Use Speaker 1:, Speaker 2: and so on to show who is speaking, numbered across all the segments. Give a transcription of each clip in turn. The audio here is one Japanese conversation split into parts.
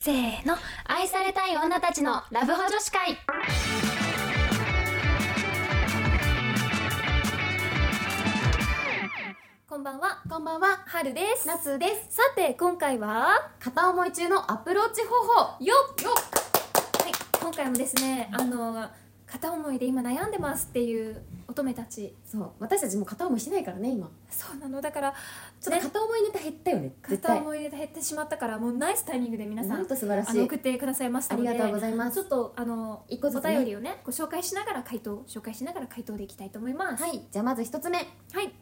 Speaker 1: せーの愛されたい女たちのラブホ女子会
Speaker 2: こんばんは。こんばんは。はるです。
Speaker 1: 夏です
Speaker 2: さて、今回は、片思い中のアプローチ方法。よっよっはい、今回もですね、あの、片思いで今悩んでますっていう乙女たち。
Speaker 3: そう私たちもう片思いしてないからね今
Speaker 2: そうなの。だから、
Speaker 3: ちょっと
Speaker 2: ね
Speaker 3: 片思いネタ減ったよね絶
Speaker 2: 片
Speaker 3: 対
Speaker 2: 思いで減ってしまったから、もうナイスタイミングで皆さ
Speaker 3: なん
Speaker 2: ん、
Speaker 3: と素晴ら
Speaker 2: あ
Speaker 3: し
Speaker 2: の、
Speaker 3: い
Speaker 2: 送ってくださいまし
Speaker 3: あ
Speaker 2: たの
Speaker 3: り
Speaker 2: で。
Speaker 3: がとうございま
Speaker 2: ちょ
Speaker 3: す
Speaker 2: っと、あの、
Speaker 3: 一個ず
Speaker 2: お
Speaker 3: つね
Speaker 2: 便りをね、ご紹介しながら回答、紹介しながら回答でいきたいと思います。
Speaker 3: はいじゃあまず一つ目
Speaker 2: はい。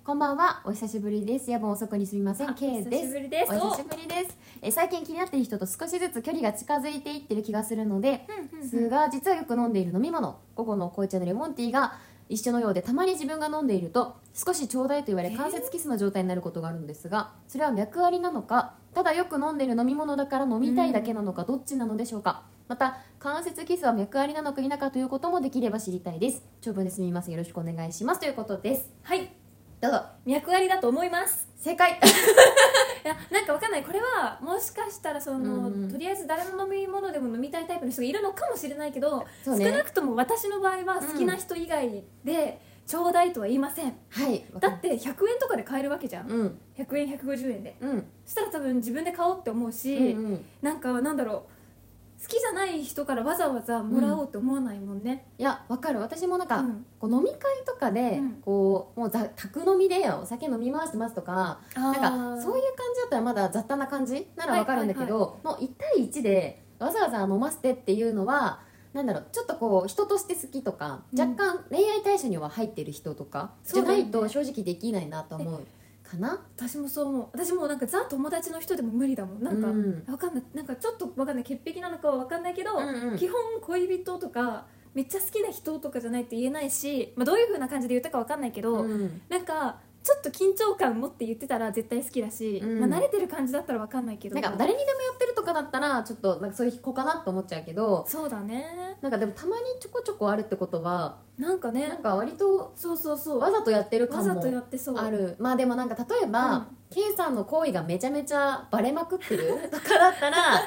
Speaker 3: こんばんはお久しぶりです夜分遅くにすみませ
Speaker 2: あ
Speaker 3: ん K
Speaker 2: お久
Speaker 3: で
Speaker 2: し
Speaker 3: す
Speaker 2: ぶりです。
Speaker 3: お久しぶりですえ最近気になっている人と少しずつ距離が近づいていってる気がするので
Speaker 2: うんうん
Speaker 3: すが実はよく飲んでいる飲み物午後の紅茶のレモンティーが一緒のようでたまに自分が飲んでいると少しちょうだいと言われ
Speaker 2: えー
Speaker 3: 関節キスの状態になることがあるのですがそれは脈ありなのかただよく飲んでいる飲み物だから飲みたいだけなのかどっちなのでしょうかまた関節キスは脈ありなのか否かということもできれば知りたいです長文ですみませんよろしくお願いしますということです
Speaker 2: はい。
Speaker 3: どうぞ
Speaker 2: 脈ありだと思います。
Speaker 3: 正解
Speaker 2: いやなんかわかんないこれはもしかしたらその、
Speaker 3: うんうん
Speaker 2: とりあえず誰の飲み物でも飲みたいタイプの人がいるのかもしれないけど、
Speaker 3: そう
Speaker 2: 少
Speaker 3: ね
Speaker 2: なくとも私の場合は好きな人以外でちょうだいとは言いません、
Speaker 3: はい
Speaker 2: だって100円とかで買えるわけじゃん、
Speaker 3: うん
Speaker 2: 100円150円で
Speaker 3: うんうん
Speaker 2: そしたら多分自分で買おうって思うし、
Speaker 3: うん
Speaker 2: なんかなんだろう好きじゃない人からわざわざもらおうって思わないもんね、
Speaker 3: いやわかる私もなん
Speaker 2: う
Speaker 3: か、
Speaker 2: ん
Speaker 3: こう飲み会とかで、
Speaker 2: うん
Speaker 3: こうもうざ宅飲みでお酒飲み回してますとか
Speaker 2: な
Speaker 3: なんかそういう感じだったらまだ雑多な感じならわかるんだけど、もう1対1でわざわざ飲ませてっていうのはなんだろうちょっとこう人として好きとか、
Speaker 2: うん
Speaker 3: 若干恋愛対象には入ってる人とか
Speaker 2: そ
Speaker 3: じ
Speaker 2: う
Speaker 3: ゃ
Speaker 2: だ
Speaker 3: な
Speaker 2: よね
Speaker 3: いと正直できないなと思うかな。
Speaker 2: 私もそう思う私もうなんかザ友達の人でも無理だもんなんか、
Speaker 3: うん
Speaker 2: わかんないなんかちょっとわかんない潔癖なのかはわかんないけど、
Speaker 3: うんうん
Speaker 2: 基本恋人とかめっちゃ好きな人とかじゃないって言えないし、まあ、どういう風な感じで言ったかわかんないけど、
Speaker 3: うん
Speaker 2: なんかちょっと緊張感持って言ってたら絶対好きだし、
Speaker 3: うん
Speaker 2: まあ、慣れてる感じだったらわかんないけど
Speaker 3: なんか誰にでもやってるとかだったらちょっとなんかそういう子かなと思っちゃうけど
Speaker 2: そうだね
Speaker 3: なんかでもたまにちょこちょこあるってことは
Speaker 2: なんかね
Speaker 3: なんか割と
Speaker 2: そうそうそう
Speaker 3: わざとやってる
Speaker 2: わ
Speaker 3: 感
Speaker 2: ざ
Speaker 3: も
Speaker 2: とやってそう
Speaker 3: あるまあでもなんか例えば、
Speaker 2: うん
Speaker 3: K さんの行為がめちゃめちゃバレまくっ てるとかだったら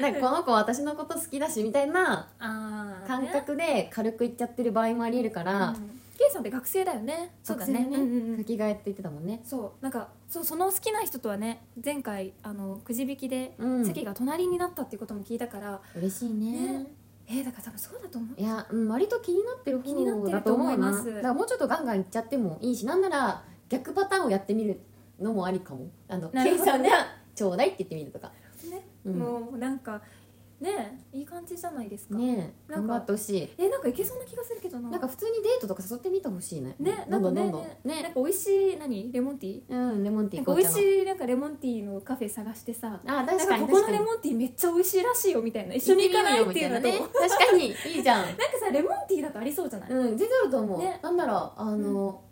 Speaker 3: なんかこの子私のこと好きだしみたいな
Speaker 2: あー
Speaker 3: 感
Speaker 2: ね
Speaker 3: 覚で軽く言っちゃってる場合もありえるから、
Speaker 2: うん K さんって学生だよね
Speaker 3: そうだ
Speaker 2: と
Speaker 3: ね
Speaker 2: かうんうんうん
Speaker 3: 吹き替えって言ってたもんね、
Speaker 2: そうなんかそうその好きな人とはね前回あのくじ引きで
Speaker 3: うん、
Speaker 2: 席が隣になったっていうことも聞いたから、
Speaker 3: 嬉しいね
Speaker 2: ねえーだから多分そうだと思う
Speaker 3: いや、うん、割と気になってる
Speaker 2: 気になっ
Speaker 3: 方
Speaker 2: て
Speaker 3: だ
Speaker 2: る
Speaker 3: と
Speaker 2: と
Speaker 3: 思
Speaker 2: 思
Speaker 3: い
Speaker 2: い
Speaker 3: ま
Speaker 2: ますす
Speaker 3: だからもうちょっとガンガンいっちゃってもいいしなんなら逆パターンをやってみるのもありかもあの
Speaker 2: なる
Speaker 3: K
Speaker 2: ほど
Speaker 3: さんが「ちょうだい」って言ってみるとか、
Speaker 2: ね、
Speaker 3: うん、
Speaker 2: もうなんかねいい感じじゃないですか、
Speaker 3: ねえ
Speaker 2: なん
Speaker 3: 頑
Speaker 2: か
Speaker 3: 張ってほしい
Speaker 2: えなんかいけそうな気がするけどな
Speaker 3: なんか普通にデートとか誘ってみてほしいね。
Speaker 2: ねなん
Speaker 3: どん
Speaker 2: か
Speaker 3: ど
Speaker 2: ね
Speaker 3: んどんどん。
Speaker 2: ねなんか美味しい何レモンティー
Speaker 3: うん、レモンティ
Speaker 2: な
Speaker 3: ー
Speaker 2: んか美味し
Speaker 3: い。
Speaker 2: いなんかレモンティーのカフェ探してさ
Speaker 3: あ、
Speaker 2: なん
Speaker 3: 確
Speaker 2: か
Speaker 3: か
Speaker 2: こ
Speaker 3: に。
Speaker 2: この
Speaker 3: 確か
Speaker 2: レ
Speaker 3: に
Speaker 2: モンティーめっちゃ美味しいらしいよみたいな一緒に行かないっていうのと、
Speaker 3: ね。確かに、いいじゃん。
Speaker 2: なんかさレモンティーだとあり そうじゃない、
Speaker 3: うん、全然あると思
Speaker 2: ね
Speaker 3: う。なんだろう、あの、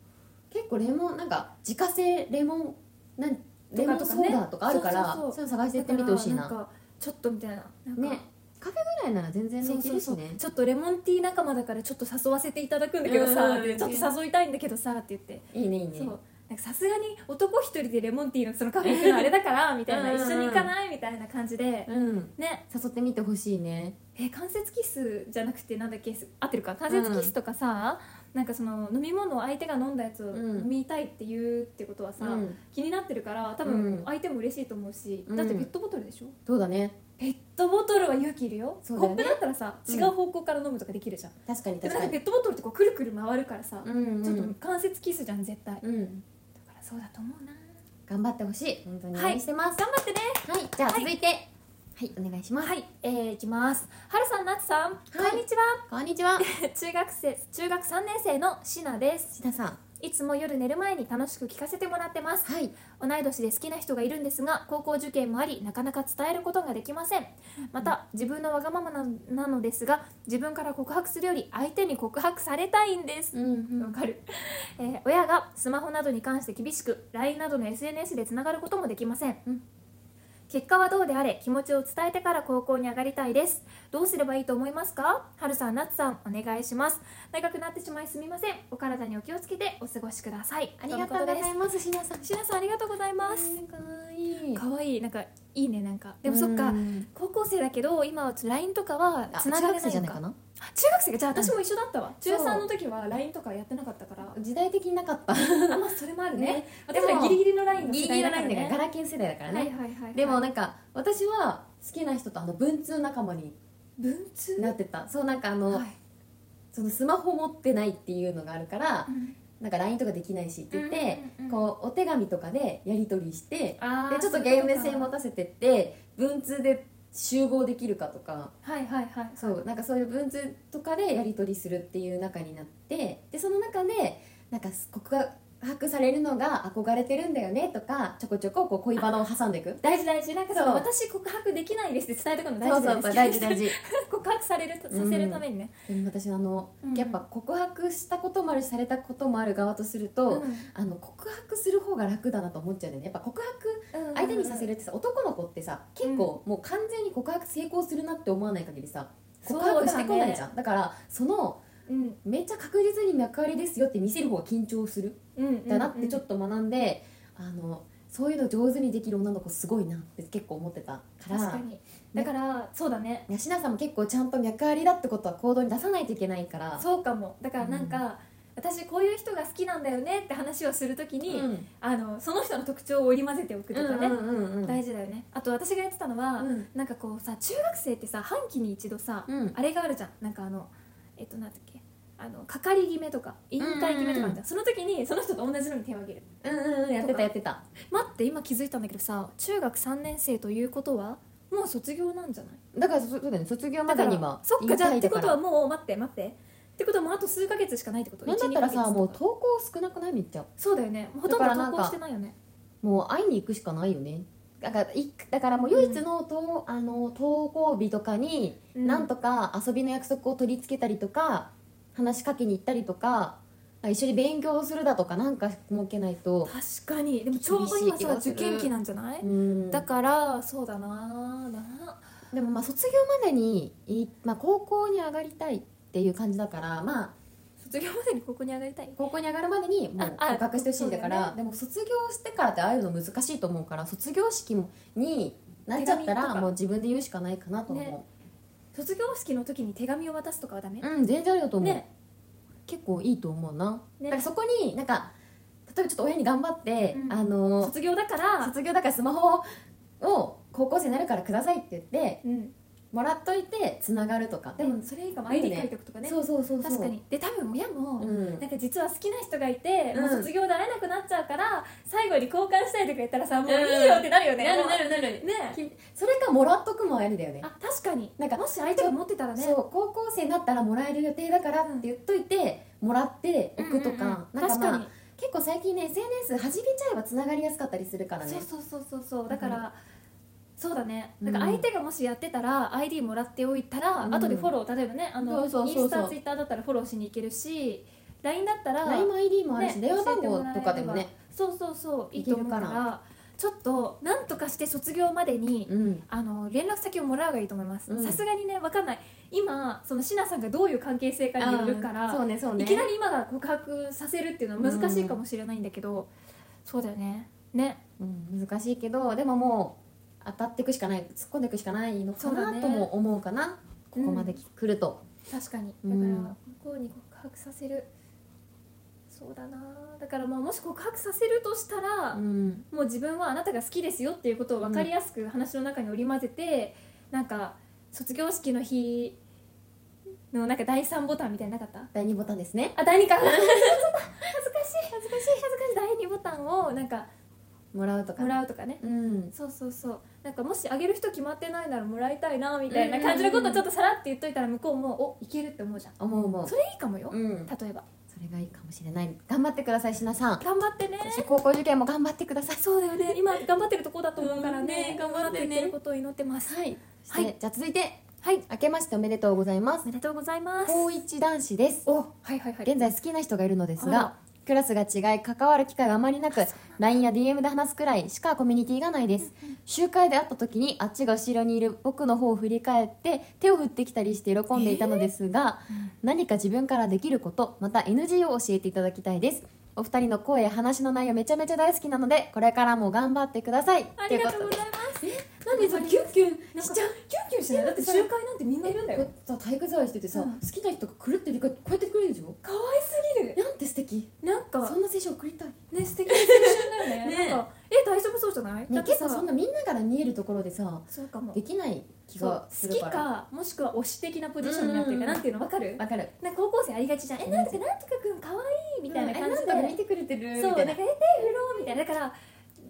Speaker 3: 結構レモン、なんか自家製レモン、なんレモンソーダとかあるから、
Speaker 2: そうそうそう
Speaker 3: そういうの探してや
Speaker 2: だ
Speaker 3: っ
Speaker 2: か
Speaker 3: て
Speaker 2: ら
Speaker 3: みてほしい
Speaker 2: ん
Speaker 3: な。
Speaker 2: かちょっとみたいななんか
Speaker 3: ね。カフェぐらいなら全然
Speaker 2: そ
Speaker 3: で
Speaker 2: う
Speaker 3: き
Speaker 2: そう
Speaker 3: るし
Speaker 2: そう
Speaker 3: ね。
Speaker 2: ちょっとレモンティー仲間だからちょっと誘わせていただくんだけどさ
Speaker 3: うん
Speaker 2: ってちょっと誘いたいんだけどさって言って、
Speaker 3: いいね、いいね
Speaker 2: そう。なんかさすがに男一人でレモンティーのそのカフェ行くのあれだからみたいな
Speaker 3: うん
Speaker 2: 一緒に行かないみたいな感じで
Speaker 3: うん。
Speaker 2: ね
Speaker 3: 誘ってみてほしいね。
Speaker 2: え関節キスじゃなくてなんだっけ合ってるか関節キスとかさ、なんかその飲み物を相手が飲んだやつを
Speaker 3: うん
Speaker 2: 飲みたいって言うってことはさ、
Speaker 3: うん
Speaker 2: 気になってるから多
Speaker 3: う
Speaker 2: 分
Speaker 3: ん
Speaker 2: 相手も嬉しいと思うし、
Speaker 3: うん
Speaker 2: だってペットボトルでしょ
Speaker 3: そうだね。
Speaker 2: ペットボトルは勇気いるよ、
Speaker 3: そうだ
Speaker 2: コ
Speaker 3: よ
Speaker 2: ッ
Speaker 3: ね
Speaker 2: プだったらさ
Speaker 3: うん
Speaker 2: 違う方向から飲むとかできるじゃん
Speaker 3: 確かに、
Speaker 2: で
Speaker 3: 確
Speaker 2: もな
Speaker 3: か
Speaker 2: んかペ
Speaker 3: に。
Speaker 2: ットボトルってこうくるくる回るからさ、
Speaker 3: うん
Speaker 2: ち
Speaker 3: う
Speaker 2: ょっと
Speaker 3: ん。
Speaker 2: 関節キスじゃん絶対、だ
Speaker 3: うん。
Speaker 2: からそうだと思うな
Speaker 3: 頑張ってほしい。本当に応援してます。
Speaker 2: 頑張ってね
Speaker 3: はい、じゃあ続いて、はい、お願いします。
Speaker 2: はいえー、いきますはるさんなつさん、こんにちは
Speaker 3: こんにちは、
Speaker 2: 中学生中学3年生のしなです
Speaker 3: しなさん。
Speaker 2: いつも夜寝る前に楽しく聞かせてもらってます
Speaker 3: はい、
Speaker 2: 同い年で好きな人がいるんですが高校受験もありなかなか伝えることができませんまた自分のわがままななのですが自分から告白するより相手に告白されたいんです
Speaker 3: うん、
Speaker 2: わかる、 えー親がスマホなどに関して厳しく LINE などの SNS でつながることもできません、
Speaker 3: うん
Speaker 2: 結果はどうであれ気持ちを伝えてから高校に上がりたいですどうすればいいと思いますかはるさんなつさんお願いします長くなってしまいすみませんお体にお気をつけてお過ごしください
Speaker 3: ありがとうございます、しなさん。
Speaker 2: しなさんありがとうございます
Speaker 3: えーかわいい。
Speaker 2: 可愛いなんかいいねなんかでもそっか
Speaker 3: うん
Speaker 2: 高校生だけど今は LINE とかは
Speaker 3: あ
Speaker 2: つながれないの
Speaker 3: 中学生じゃないかな。
Speaker 2: あ中学生がじゃあ私も一緒だったわ、中
Speaker 3: そう
Speaker 2: 3の時は LINE とかやってなかったから
Speaker 3: 時代的になか った。
Speaker 2: あまあそれもあるね
Speaker 3: ね
Speaker 2: 私
Speaker 3: で
Speaker 2: ら
Speaker 3: も
Speaker 2: ギリギリの LINE の
Speaker 3: ギ
Speaker 2: 世
Speaker 3: リギリ
Speaker 2: 代
Speaker 3: の
Speaker 2: だから
Speaker 3: ラインだから、ガ
Speaker 2: ね
Speaker 3: ラケン世代だから
Speaker 2: はい
Speaker 3: ね。
Speaker 2: はいはいはい
Speaker 3: でもなんか、私は好きな人とあの文通仲間に
Speaker 2: 文通
Speaker 3: なってた。そう、なんかあ
Speaker 2: は
Speaker 3: の
Speaker 2: い、
Speaker 3: そのスマホ持ってないっていうのがあるから
Speaker 2: う、ん
Speaker 3: なんか LINE とかできないしって言って
Speaker 2: うんうんうん、
Speaker 3: こう、お手紙とかでやり取りして、
Speaker 2: あー
Speaker 3: で、ちょっ
Speaker 2: そ
Speaker 3: と
Speaker 2: うい
Speaker 3: ゲ
Speaker 2: う
Speaker 3: ー
Speaker 2: こ
Speaker 3: ム
Speaker 2: か
Speaker 3: 性持たせてって、文通で集合できるかとか、
Speaker 2: はいはいはい
Speaker 3: そうなんかそういう文通とかでやり取りするっていう中になってでその中でなんか告白されるのが憧れてるんだよねとかちょこちょここう恋バナを挟んでいく
Speaker 2: 大事大事なんかそ
Speaker 3: そ
Speaker 2: の
Speaker 3: う
Speaker 2: 私告白できないですって伝えること
Speaker 3: そ
Speaker 2: 大
Speaker 3: う
Speaker 2: 事
Speaker 3: そ
Speaker 2: だ
Speaker 3: う
Speaker 2: よ
Speaker 3: そ
Speaker 2: ね
Speaker 3: う大事大事
Speaker 2: 告白されるたさせるためにね、
Speaker 3: でも私あの、
Speaker 2: うん
Speaker 3: やっぱ告白したこともあるしされたこともある側とすると、
Speaker 2: うん
Speaker 3: あの告白する方が楽だなと思っちゃうんだよねやっぱ告白相手にさせるってさ男の子ってさ結構もう完全に告白成功するなって思わない限りさ告白してこないじゃんだからその
Speaker 2: うん
Speaker 3: めっちゃ確実に脈ありですよって見せる方が緊張する
Speaker 2: うんうん
Speaker 3: だなってちょっと学んで、あのそういうの上手にできる女の子すごいなって結構思ってたから
Speaker 2: 確かにだからそうだね
Speaker 3: いやしなさんも結構ちゃんと脈ありだってことは行動に出さないといけないから
Speaker 2: そうかもだからなんか、私こういう人が好きなんだよねって話をするときに、
Speaker 3: うん
Speaker 2: あのその人の特徴を織り交ぜておくとかね、
Speaker 3: うんうんうん
Speaker 2: 大事だよねあと私がやってたのは、
Speaker 3: うん
Speaker 2: なんかこうさ中学生ってさ半期に一度さ、
Speaker 3: うん
Speaker 2: あれがあるじゃんなんかあのえっとなんだっけあの係決めとか委員会決めとかあるじゃん、
Speaker 3: うんうんうん
Speaker 2: その時にその人と同じのに手を挙げる
Speaker 3: うんうんうんやってたやってた
Speaker 2: 待って今気づいたんだけどさ中学3年生ということはもう卒業なんじゃない
Speaker 3: だからそそうだよね卒業ま
Speaker 2: だか
Speaker 3: で
Speaker 2: ら
Speaker 3: には
Speaker 2: そっかじゃあっ
Speaker 3: 引退だ
Speaker 2: て
Speaker 3: か
Speaker 2: こ
Speaker 3: ら
Speaker 2: とはもう待って待ってってことはもうあと数ヶ月しかないってこと
Speaker 3: なんだったら
Speaker 2: 1-2ヶ
Speaker 3: さ
Speaker 2: 月
Speaker 3: もう
Speaker 2: とか
Speaker 3: 投稿少なくないめっちゃ
Speaker 2: そうだよねほとん
Speaker 3: だ
Speaker 2: ど
Speaker 3: からなん
Speaker 2: 投
Speaker 3: か
Speaker 2: 稿してないよね
Speaker 3: もう会いに行くしかないよねだからいだからもう唯一のと、あの投稿日とかに
Speaker 2: うん
Speaker 3: なんとか遊びの約束を取り付けたりとか話しかけに行ったりとか一緒に勉強をするだとかなんか設けないと
Speaker 2: 確かにでもちょうど
Speaker 3: 厳し
Speaker 2: 今
Speaker 3: い気
Speaker 2: さ
Speaker 3: がす
Speaker 2: 受
Speaker 3: る
Speaker 2: 験期なんじゃない、
Speaker 3: うん
Speaker 2: だからそうだなな
Speaker 3: でもまあ卒業までに、いまあ、高校に上がりたいっていう感じだからまあ
Speaker 2: 卒業までにここに上がりたい
Speaker 3: 高校に上がるまでにもう
Speaker 2: ああ
Speaker 3: 告白してほしいんだから
Speaker 2: そうだよ
Speaker 3: でも卒業してからってああいうの難しいと思うから卒業式もになっちゃっ
Speaker 2: 手
Speaker 3: た
Speaker 2: 紙と
Speaker 3: ら
Speaker 2: か
Speaker 3: もう自分で言うしかないかなと思う、
Speaker 2: ね卒業式の時に手紙を渡すとかはダメ、
Speaker 3: うん全然あると思う、
Speaker 2: ね
Speaker 3: 結構いいと思うな、
Speaker 2: ね
Speaker 3: だからそこになんか例えばちょっと親に頑張って、
Speaker 2: うん
Speaker 3: あの
Speaker 2: 卒業だから、
Speaker 3: 卒業だからスマホを高校生になるからくださいって言って
Speaker 2: うん、
Speaker 3: もらっといてつながるとか
Speaker 2: でもそれ以外も
Speaker 3: いい
Speaker 2: ID
Speaker 3: ね
Speaker 2: 書いておくとかね
Speaker 3: そうそうそうそう
Speaker 2: 確かにで多分親も、
Speaker 3: うん
Speaker 2: なんか実は好きな人がいて、
Speaker 3: うん
Speaker 2: もう卒業で会えなくなっちゃうから最後に交換したいとか言ったらさもういいよってなるよね、もう
Speaker 3: るなる
Speaker 2: ね
Speaker 3: それかもらっとくもありだよね
Speaker 2: あ確かに
Speaker 3: なんか
Speaker 2: もし相手が持ってたらね
Speaker 3: そう高校生になったらもらえる予定だからって言っといて、もらっておくと
Speaker 2: うんうん
Speaker 3: か,、
Speaker 2: うん
Speaker 3: なんか
Speaker 2: 確
Speaker 3: まあ
Speaker 2: かに
Speaker 3: 結構最近ね SNS はじけちゃえばつながりやすかったりするからね
Speaker 2: そうそうそうそうそうだから、
Speaker 3: う
Speaker 2: そうだね
Speaker 3: う
Speaker 2: なんんか相手がもしやってたら ID もらっておいたら、
Speaker 3: うん
Speaker 2: 後でフォロー例えばねあの
Speaker 3: そうそうそうそう
Speaker 2: インスタツイッターだったらフォローしに行けるし LINE だったら
Speaker 3: LINE も ID もあるし、
Speaker 2: ね
Speaker 3: 電話番号とかでもね
Speaker 2: そうそうそういいと思うから
Speaker 3: いけるか
Speaker 2: ちょっとなんとかして卒業までに、
Speaker 3: うん
Speaker 2: あの連絡先をもらうのがいいと思います
Speaker 3: うん
Speaker 2: さすがにねわかんない今そのシナさんがどういう関係性かによるか
Speaker 3: あー
Speaker 2: ら、
Speaker 3: そうねそうね
Speaker 2: いきなり今が告白させるっていうのは難しいかもしれないんだけど、そうだよねね
Speaker 3: うん、難しいけどでももう当たっていくしかない突っ込んでいくしかないのか
Speaker 2: そうだ
Speaker 3: な、
Speaker 2: ね
Speaker 3: とも思うかなここまでき来ると、
Speaker 2: 確かにだ
Speaker 3: う
Speaker 2: から
Speaker 3: ん
Speaker 2: 向こうに告白させる、そうだなだからまあもし告白させるとしたら、
Speaker 3: うん
Speaker 2: もう自分はあなたが好きですよっていうことを分かりやすく話の中に織り交ぜて、なんか卒業式の日のなんか第3ボタンみたいなのなかった
Speaker 3: 第2ボタンですね
Speaker 2: あ第2か 恥ずかしい恥ずかしい恥ずかしい第2ボタンをなんか
Speaker 3: もらうとか
Speaker 2: もらうとかね
Speaker 3: うん
Speaker 2: そうそうそうなんかもしあげる人決まってないならもらいたいなみたいな感じのことをちょっとさらって言っといたら向こうもおいけるって思うじゃん
Speaker 3: 思う思う
Speaker 2: それいいかもよ、
Speaker 3: うん
Speaker 2: 例えば
Speaker 3: それがいいかもしれない頑張ってくださいしなさん
Speaker 2: 頑張ってね
Speaker 3: そして高校受験も頑張ってください
Speaker 2: そうだよ ね今頑張ってるとこだと思うからね,、
Speaker 3: うんね頑張ってね
Speaker 2: いけることを祈ってますはい、
Speaker 3: そして
Speaker 2: はい
Speaker 3: じゃあ続いて
Speaker 2: はい、
Speaker 3: 明けましておめでとうございま
Speaker 2: お
Speaker 3: す
Speaker 2: めでとうございます
Speaker 3: 高一男子です
Speaker 2: おはいはいはい
Speaker 3: 現在好きな人がいるので
Speaker 2: あ
Speaker 3: す
Speaker 2: ら
Speaker 3: がクラスが違い関わる機会があまりなく LINE や DM で話すくらいしかコミュニティがないです集会で会った時にあっちが後ろにいる僕の方を振り返って手を振ってきたりして喜んでいたのですが、何か自分からできることまた NG を教えていただきたいですお二人の声や話の内容めちゃめちゃ大好きなのでこれからも頑張ってください
Speaker 2: ありがとうござい
Speaker 3: ま
Speaker 2: ます
Speaker 4: なんでさキュンキュンしちゃうキュンキュンしないだって集会なんてみんないるんだよ
Speaker 3: さ体育座りしててさ、
Speaker 2: うん
Speaker 3: 好きな人がくるってこうやってくれるでしょ
Speaker 4: 可愛すぎる
Speaker 3: なんて素敵
Speaker 2: なんか
Speaker 3: そんな青春送りたい
Speaker 4: ね素敵な青春だよね
Speaker 2: ねなんかえ大丈夫そうじゃない、だ
Speaker 3: ね
Speaker 2: っ、て
Speaker 3: 結
Speaker 2: さ
Speaker 3: 構そんなみんなから見えるところでさ
Speaker 2: そうかも
Speaker 3: できない気が
Speaker 2: そ
Speaker 3: す
Speaker 2: う
Speaker 3: る
Speaker 2: 好き
Speaker 3: から
Speaker 2: かもしくは推し的なポジションになってるか、
Speaker 3: うんうんうん
Speaker 2: なんていうのわかる
Speaker 3: わかる
Speaker 2: なんか高校生ありがちじゃんえなんとかなんとかくんかわいいみたいな感じで、
Speaker 3: うんえなんか見てくれてるみ
Speaker 2: そう
Speaker 3: た
Speaker 2: ないんか
Speaker 3: な
Speaker 2: え手振ろうみたいなだから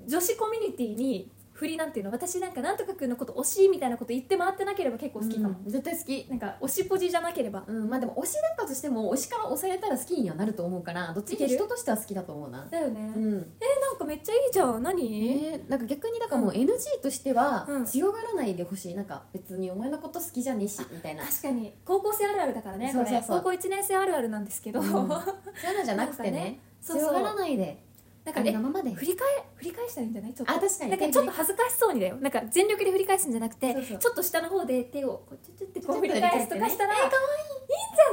Speaker 2: 女子コミュニティに振りなんていうの私なんかなんとかくんのこと推しみたいなこと言って回ってなければ結構好きかも、
Speaker 3: うん絶対好き
Speaker 2: なんか推しポジじゃなければ
Speaker 3: うんまあでも推しだったとしても推しから押されたら好きにはなると思うからどっちに
Speaker 2: いける
Speaker 3: 人としては好きだと思うな
Speaker 2: だよね、
Speaker 3: う
Speaker 2: え
Speaker 3: ん
Speaker 2: なんかめっちゃいいじゃん
Speaker 3: え
Speaker 2: 何、
Speaker 3: ーなんか逆にだからもう NG としては
Speaker 2: うん
Speaker 3: 強がらないでほしいなんか別にお前のこと好きじゃねえしみた いな
Speaker 2: 確かに高校生あるあるだからね
Speaker 3: そうそうそう
Speaker 2: これ高校1年生あるあるなんですけど、
Speaker 3: うん
Speaker 2: なんか
Speaker 3: そういうのじゃなくてね
Speaker 2: そうそう
Speaker 3: 強がらないであり
Speaker 2: え
Speaker 3: のままで
Speaker 2: 振り返振り返したらいいんじゃないちょっと
Speaker 3: あ確かに
Speaker 2: なんかちょっと恥ずかしそうにだよなんか全力で振り返すんじゃなくて
Speaker 3: そうそう
Speaker 2: ちょっと下の方で手をこうちょちょってこう振
Speaker 3: ちょっと
Speaker 2: り
Speaker 3: やり
Speaker 2: 返
Speaker 3: 返し
Speaker 2: す
Speaker 3: て
Speaker 2: と
Speaker 3: ね
Speaker 2: かしたら、いいんじ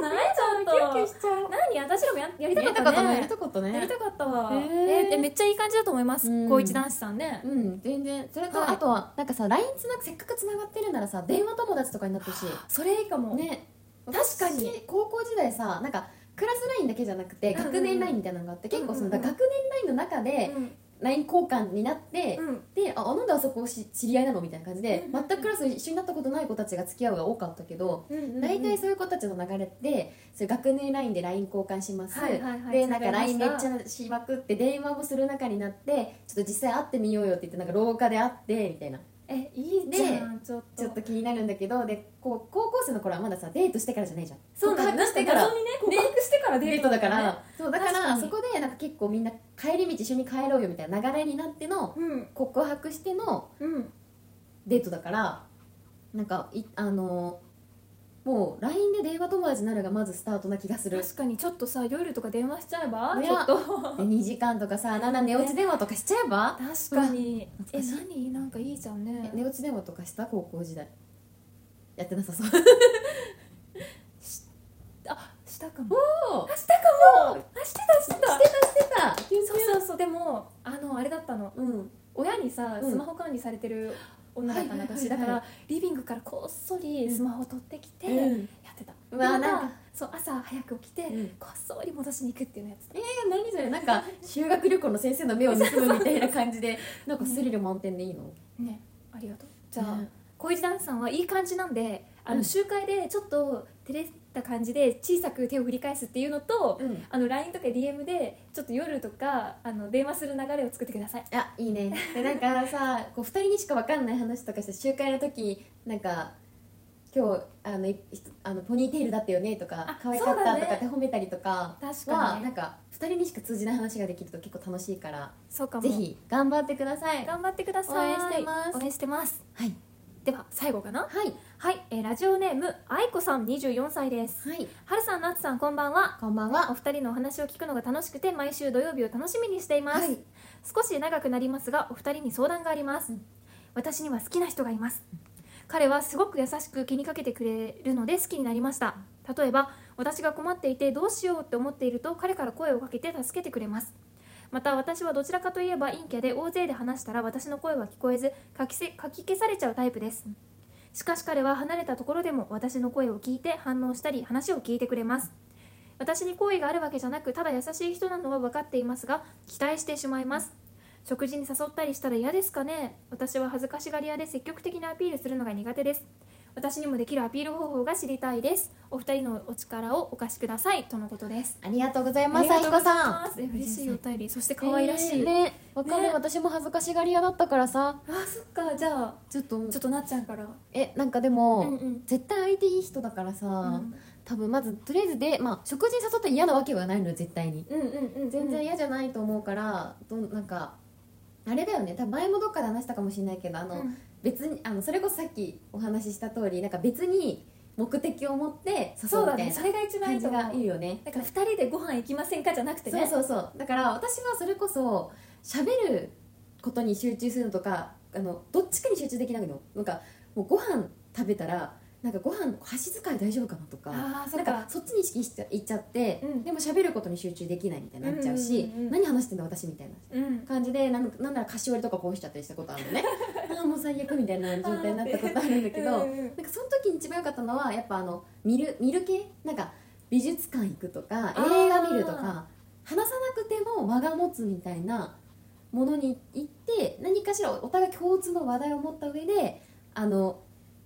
Speaker 2: ゃないちょっと
Speaker 3: キュンキュンしちゃう
Speaker 2: 何私らもややりた
Speaker 3: や
Speaker 2: かっ
Speaker 3: り
Speaker 2: たた
Speaker 3: か
Speaker 2: ね
Speaker 3: ったねやりたかったね
Speaker 2: やりたかったわ
Speaker 3: へ
Speaker 2: え
Speaker 3: ー
Speaker 2: ーでめっちゃいい感じだと思います
Speaker 3: うん
Speaker 2: 高一男子さんね
Speaker 3: うん全然それと、
Speaker 2: はい
Speaker 3: あとはなんかさ LINE つなぐせっかくつながってるならさ電話友達とかになってほしい
Speaker 2: それいいかも
Speaker 3: ね
Speaker 2: 確かに
Speaker 3: 私高校時代さなんかクラス LINE だけじゃなく
Speaker 2: う
Speaker 3: て
Speaker 2: んうんうん
Speaker 3: 学年 LINE みたいなのがあって、結構その、
Speaker 2: うんうんうん
Speaker 3: 学年 LINE の中で
Speaker 2: うん
Speaker 3: LINE 交換になって、
Speaker 2: うん
Speaker 3: であなんであそこし知り合いなのみたいな感じ
Speaker 2: うん
Speaker 3: で、
Speaker 2: うんうん
Speaker 3: 全くクラス一緒になったことない子たちが付き合うが多かったけど、
Speaker 2: うんうんうん
Speaker 3: 大体そういう子たちの流れってそういう学年 LINE で LINE 交換します、
Speaker 2: はいはいはい
Speaker 3: でな
Speaker 2: 繋
Speaker 3: んか
Speaker 2: がり
Speaker 3: LINE めっ
Speaker 2: まし
Speaker 3: ち
Speaker 2: た
Speaker 3: ゃしまくって電話もする中になってちょっと実際会ってみようよって言ってなんか廊下で会ってみたいな
Speaker 2: えいいじゃんちょっと
Speaker 3: ちょっと気になるんだけどでこう高校生の頃はまださデートしてからじゃないじゃん
Speaker 2: そうなん
Speaker 3: 告
Speaker 2: だなん
Speaker 3: 白して
Speaker 2: て
Speaker 3: から
Speaker 2: 謎にね告白してから
Speaker 3: デ
Speaker 2: デ
Speaker 3: ー
Speaker 2: ー
Speaker 3: ト
Speaker 2: ト
Speaker 3: だ
Speaker 2: だ
Speaker 3: か
Speaker 2: から
Speaker 3: ら
Speaker 2: ね
Speaker 3: そうだか
Speaker 2: 確からに
Speaker 3: そこでなんか結構みんな帰り道一緒に帰ろうよみたいな流れになっての
Speaker 2: うん
Speaker 3: 告白しての
Speaker 2: うん
Speaker 3: デートだからなんかいあのーもう LINE で電話友達になるがまずスタートな気がする
Speaker 2: 確かにちょっとさ夜とか電話しちゃえば
Speaker 3: ね
Speaker 2: ちょっと
Speaker 3: で2時間とかさなんなら寝落ち電話とかしちゃえば
Speaker 2: 確かにえ
Speaker 3: 懐かしい
Speaker 2: 何なんかいいじゃん
Speaker 3: え
Speaker 2: ね
Speaker 3: 寝落ち電話とかした高校時代やってなさそう
Speaker 2: あしたかも
Speaker 3: お
Speaker 2: あしたかもあしてたしてた
Speaker 3: してた
Speaker 2: そうそうそうでもあのあれだったの
Speaker 3: うん
Speaker 2: 親にさ
Speaker 3: うん
Speaker 2: スマホ管理されてる女だったの
Speaker 3: はいはいはいは
Speaker 2: 私
Speaker 3: い
Speaker 2: だからリビングからこっそりスマホを取ってきてや
Speaker 3: うん
Speaker 2: ってた
Speaker 3: う
Speaker 2: で
Speaker 3: わ
Speaker 2: また
Speaker 3: なん
Speaker 2: そう朝早く起きて
Speaker 3: うん
Speaker 2: こっそり戻しに行くっていうのやつ
Speaker 3: えー、何それなんか修学旅行の先生の目を盗むみたいな感じでなんかスリル満点で いいの
Speaker 2: ねありがとうじゃあ
Speaker 3: ね
Speaker 2: 小石団さんはいい感じなんであ
Speaker 3: うん
Speaker 2: の集会でちょっと照れた感じで小さく手を振り返すっていうのと
Speaker 3: うん
Speaker 2: あの LINE とか DM でちょっと夜とかあの電話する流れを作ってください
Speaker 3: あいいねでなんかさこう2人にしか分かんない話とかして集会の時なんか今日あのいひとあのポニーテールだったよねとか
Speaker 2: あ
Speaker 3: 可愛かったと
Speaker 2: そう
Speaker 3: か
Speaker 2: だ
Speaker 3: って
Speaker 2: ね
Speaker 3: 褒めたりとか
Speaker 2: 確
Speaker 3: は、
Speaker 2: かに
Speaker 3: な
Speaker 2: ね
Speaker 3: んか2人にしか通じない話ができると結構楽しいから
Speaker 2: そうかも
Speaker 3: ぜひ頑張ってください
Speaker 2: 頑張ってください
Speaker 3: 応援しています
Speaker 2: 応援してます
Speaker 3: はい
Speaker 2: では最後かな
Speaker 3: はい
Speaker 2: はい、えーラジオネーム愛子さん24歳です
Speaker 3: はい
Speaker 2: はるさんなつさんこんばんは
Speaker 3: こんばん
Speaker 2: お
Speaker 3: は
Speaker 2: 二人のお話を聞くのが楽しくて毎週土曜日を楽しみにしています、
Speaker 3: はい
Speaker 2: 少し長くなりますがお二人に相談があります、私には好きな人がいます、彼はすごく優しく気にかけてくれるので好きになりました例えば私が困っていてどうしようって思っていると彼から声をかけて助けてくれますまた私はどちらかといえば陰キャで大勢で話したら私の声は聞こえずかきせかき消されちゃうタイプですしかし彼は離れたところでも私の声を聞いて反応したり話を聞いてくれます私に好意があるわけじゃなくただ優しい人なのは分かっていますが期待してしまいます食事に誘ったりしたら嫌ですかね私は恥ずかしがり屋で積極的なアピールするのが苦手です私にもできるアピール方法が知りたいですお二人のお力をお貸しくださいとのことです
Speaker 3: ありがとうござい
Speaker 2: あ
Speaker 3: ま
Speaker 2: り
Speaker 3: す
Speaker 2: が
Speaker 3: あ
Speaker 2: と
Speaker 3: いう
Speaker 2: ご
Speaker 3: こ
Speaker 2: ざい
Speaker 3: さん
Speaker 2: ますえ嬉しいお便りそして可愛らしい、
Speaker 3: ねわかる、
Speaker 2: ね
Speaker 3: 私も恥ずかしがり屋だったからさ
Speaker 2: あそっかじゃあ
Speaker 3: ちょっと
Speaker 2: ちょっとなっちゃんから
Speaker 3: えなんかでも、
Speaker 2: うんうん
Speaker 3: 絶対相手いい人だからさ、
Speaker 2: ん
Speaker 3: 多分まずとりあえずで、まあ、食事に誘ったら嫌なわけはないのよ絶対に
Speaker 2: うんうんうん
Speaker 3: 全然嫌じゃないと思うから、どんなんかあれだよね多分前もどっかで話したかもしれないけどあの、
Speaker 2: うん
Speaker 3: 別にあのそれこそさっきお話しした通りなんか別に目的を持って誘
Speaker 2: そう
Speaker 3: う
Speaker 2: だ
Speaker 3: みたい
Speaker 2: ね
Speaker 3: な
Speaker 2: それが一番い
Speaker 3: 感
Speaker 2: い
Speaker 3: じ
Speaker 2: と思う
Speaker 3: がいいよね
Speaker 2: だから2人でご飯行きませんかじゃなくて
Speaker 3: そう
Speaker 2: ね
Speaker 3: そうそうだから私はそれこそ喋ることに集中するのとかあのどっちかに集中できないのなんかもうご飯食べたらなんかご飯箸使い大丈夫かなとか
Speaker 2: ああそ
Speaker 3: な
Speaker 2: っ
Speaker 3: んか
Speaker 2: か
Speaker 3: そっちに意識しちゃいっちゃって、
Speaker 2: うん
Speaker 3: でも喋ることに集中できないみたいになっちゃう
Speaker 2: う
Speaker 3: し、
Speaker 2: んうんうんうん
Speaker 3: 何話してんだ私みたいな
Speaker 2: うん
Speaker 3: 感じでなんなんなら菓子折りとかこうしちゃったりしたことあ るのねああもう最悪みたいな状態になったことあるんだけど、
Speaker 2: うんうん
Speaker 3: なんかその時に一番良かったのはやっぱあの見る見る系なんか美術館行くと
Speaker 2: あ
Speaker 3: か
Speaker 2: ー
Speaker 3: 映画見るとか話さなくても間が持つみたいなものに行って何かしらお互い共通の話題を持った上であの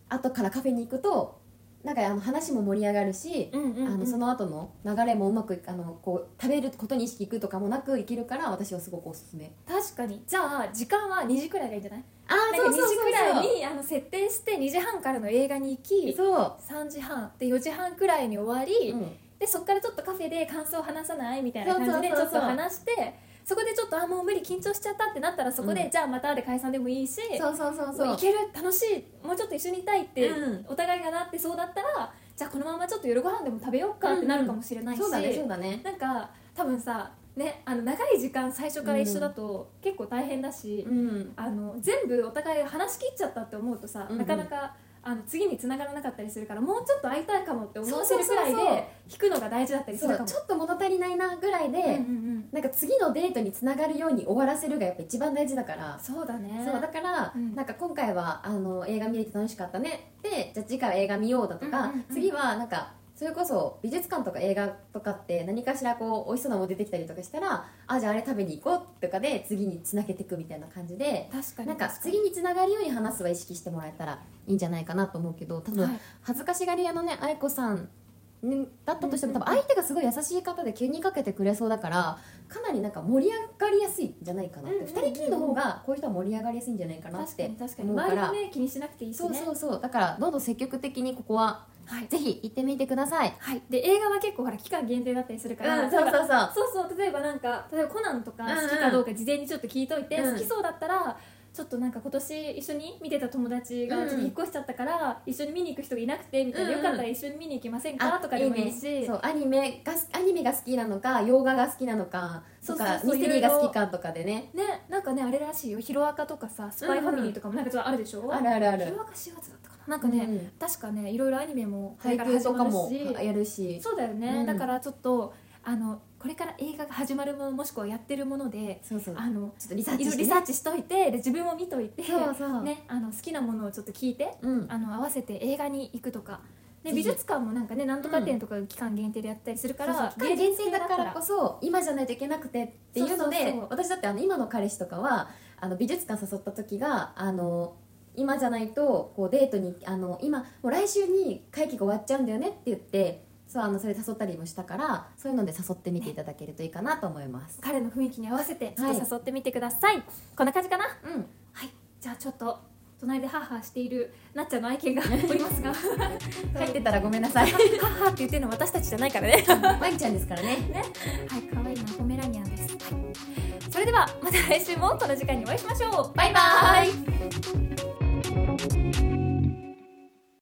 Speaker 3: 後からカフェに行くとなんかあの話も盛り上がるし、
Speaker 2: うんうんうん
Speaker 3: あのその後の流れもうまくいくあのこう食べることに意識いくとかもなくいけるから私はすごくおすすめ
Speaker 2: 確かにじゃあ時間は2時くらいがいいんじゃない
Speaker 3: ああ
Speaker 2: なんか2時くらいにあの設定して2時半からの映画に行き
Speaker 3: そ
Speaker 2: 3時半で4時半くらいに終わり、
Speaker 3: う、うん
Speaker 2: でそっからちょっとカフェで感想を話さないみたいな
Speaker 3: そう
Speaker 2: 感
Speaker 3: そうそう
Speaker 2: じでちょっと
Speaker 3: そう
Speaker 2: 話してそこでちょっとあもう無理緊張しちゃったってなったらそこで、
Speaker 3: う
Speaker 2: じゃあまたで解散でもいいし
Speaker 3: そうそうそう
Speaker 2: も
Speaker 3: そう
Speaker 2: ういける楽しいもうちょっと一緒にいたいって、
Speaker 3: うん
Speaker 2: お互いがなってそうだったらじゃあこのままちょっと夜ご飯でも食べようかってなるかもしれないし、
Speaker 3: そうだねそうだね
Speaker 2: なんか多分さ、ね、あの長い時間最初から一緒だと結構大変だし、
Speaker 3: うん
Speaker 2: あの全部お互い話し切っちゃったって思うとさ、
Speaker 3: うんうん
Speaker 2: なかなかあの次に繋がらなかったりするからもうちょっと会いたいかもって思わせ
Speaker 3: そう
Speaker 2: る
Speaker 3: そ
Speaker 2: く
Speaker 3: うそう
Speaker 2: ら
Speaker 3: そう
Speaker 2: いで引くのが大事だったりす
Speaker 3: そ
Speaker 2: るか
Speaker 3: う
Speaker 2: も
Speaker 3: ちょっと物足りないなぐらいで、
Speaker 2: うんうんうん
Speaker 3: なんか次のデートにつながるように終わらせるがやっぱ一番大事だから、
Speaker 2: そうだね
Speaker 3: そうだから、
Speaker 2: うん
Speaker 3: なんか今回はあの映画見れて楽しかったねでじゃあ次回は映画見ようだとか、
Speaker 2: うんうんうん
Speaker 3: 次はなんかそれこそ美術館とか映画とかって何かしらこう美味しそうなもの出てきたりとかしたらあじゃああれ食べに行こうとかで次につなげていくみたいな感じで
Speaker 2: 確かに
Speaker 3: なんか
Speaker 2: 確に
Speaker 3: 次につながるように話すは意識してもらえたらいいんじゃないかなと思うけど多分、
Speaker 2: はい
Speaker 3: 恥ずかしがり屋のね愛子さんねだったとしても
Speaker 2: うんうん
Speaker 3: 多分相手がすごい優しい方で急にかけてくれそうだからかなりなんか盛り上がりやすいんじゃないかなって、
Speaker 2: うんうんうん
Speaker 3: 2人きりの方がこういう人は盛り上がりやすいんじゃないかなっ
Speaker 2: 確か
Speaker 3: て
Speaker 2: に確かに
Speaker 3: 思うか
Speaker 2: 周り
Speaker 3: ら
Speaker 2: の目気にしなくていいし
Speaker 3: そう
Speaker 2: ね
Speaker 3: そうそうだからどんどん積極的にここは
Speaker 2: はい
Speaker 3: ぜひ行ってみてください
Speaker 2: はい、で映画は結構ほら期間限定だったりするから、
Speaker 3: そうそうそう
Speaker 2: そうそう例えばなんか例えばコナンとか
Speaker 3: うんうん
Speaker 2: 好きかどうか事前にちょっと聞いといて、
Speaker 3: うん
Speaker 2: 好きそうだったらちょっとなんか今年一緒に見てた友達が
Speaker 3: うん
Speaker 2: ちょっと引っ越しちゃったから、一緒に見に行く人がいなくてみたいな、
Speaker 3: うんうん
Speaker 2: よかったら一緒に見に行きませんか
Speaker 3: あ
Speaker 2: とかでもいいし
Speaker 3: ねそうアニメがすアニメが好きなのか洋画が好きなのか
Speaker 2: そう
Speaker 3: と
Speaker 2: そうそう
Speaker 3: かミステリーが好きかとかでね
Speaker 2: ねなんかねあれらしいよヒロアカとかさスパイファミリーとかもなんかちょっとあるでしょ、
Speaker 3: あるあるある
Speaker 2: ヒロアカ4月だったかななんかね、
Speaker 3: うん
Speaker 2: 確かねいろいろアニメもこれか
Speaker 3: 配
Speaker 2: ら
Speaker 3: 給
Speaker 2: 始
Speaker 3: と
Speaker 2: ま
Speaker 3: か
Speaker 2: る
Speaker 3: も
Speaker 2: し
Speaker 3: やるし
Speaker 2: そうだよね、
Speaker 3: うん
Speaker 2: だからちょっとあのこれから映画が始まるものもしくはやってるもので
Speaker 3: そうそう
Speaker 2: あの
Speaker 3: ちょっとリ
Speaker 2: い
Speaker 3: サ
Speaker 2: ろ
Speaker 3: ー
Speaker 2: い
Speaker 3: チし
Speaker 2: ろ
Speaker 3: て
Speaker 2: リ
Speaker 3: ね
Speaker 2: サーチしといてで自分も見といて
Speaker 3: そうそう
Speaker 2: ね、あの好きなものをちょっと聞いて
Speaker 3: うん
Speaker 2: あの合わせて映画に行くとかで
Speaker 3: ぜ
Speaker 2: 美
Speaker 3: ひ
Speaker 2: 術館もなんかねなんとか展とか期間限定でやったりするか
Speaker 3: からら期間限定だからこそ今じゃないといけなくてっていう
Speaker 2: そう
Speaker 3: ので
Speaker 2: そうそう
Speaker 3: 私だってあの今の彼氏とかはあの美術館誘った時があの今じゃないとこうデートにあの今もう来週に会期が終わっちゃうんだよねって言ってそうあのそれ誘ったりもしたからそういうので誘ってみていただけるといいかなと思います。
Speaker 2: 彼の雰囲気に合わせてちょっ
Speaker 3: はい
Speaker 2: と誘ってみてください、こんな感じかな
Speaker 3: うん
Speaker 2: はいじゃあちょっと隣でハーハーしているなっちゃんの愛 犬がおりますが
Speaker 3: 入ってたらごめんな さい。
Speaker 2: ハーハーって言ってるのは私たちじゃないからね
Speaker 3: マギちゃんですからね。
Speaker 2: はい、可愛いなポメラニアンです。はい、それではまた来週もこの時間にお会いしましょう。バイバイ。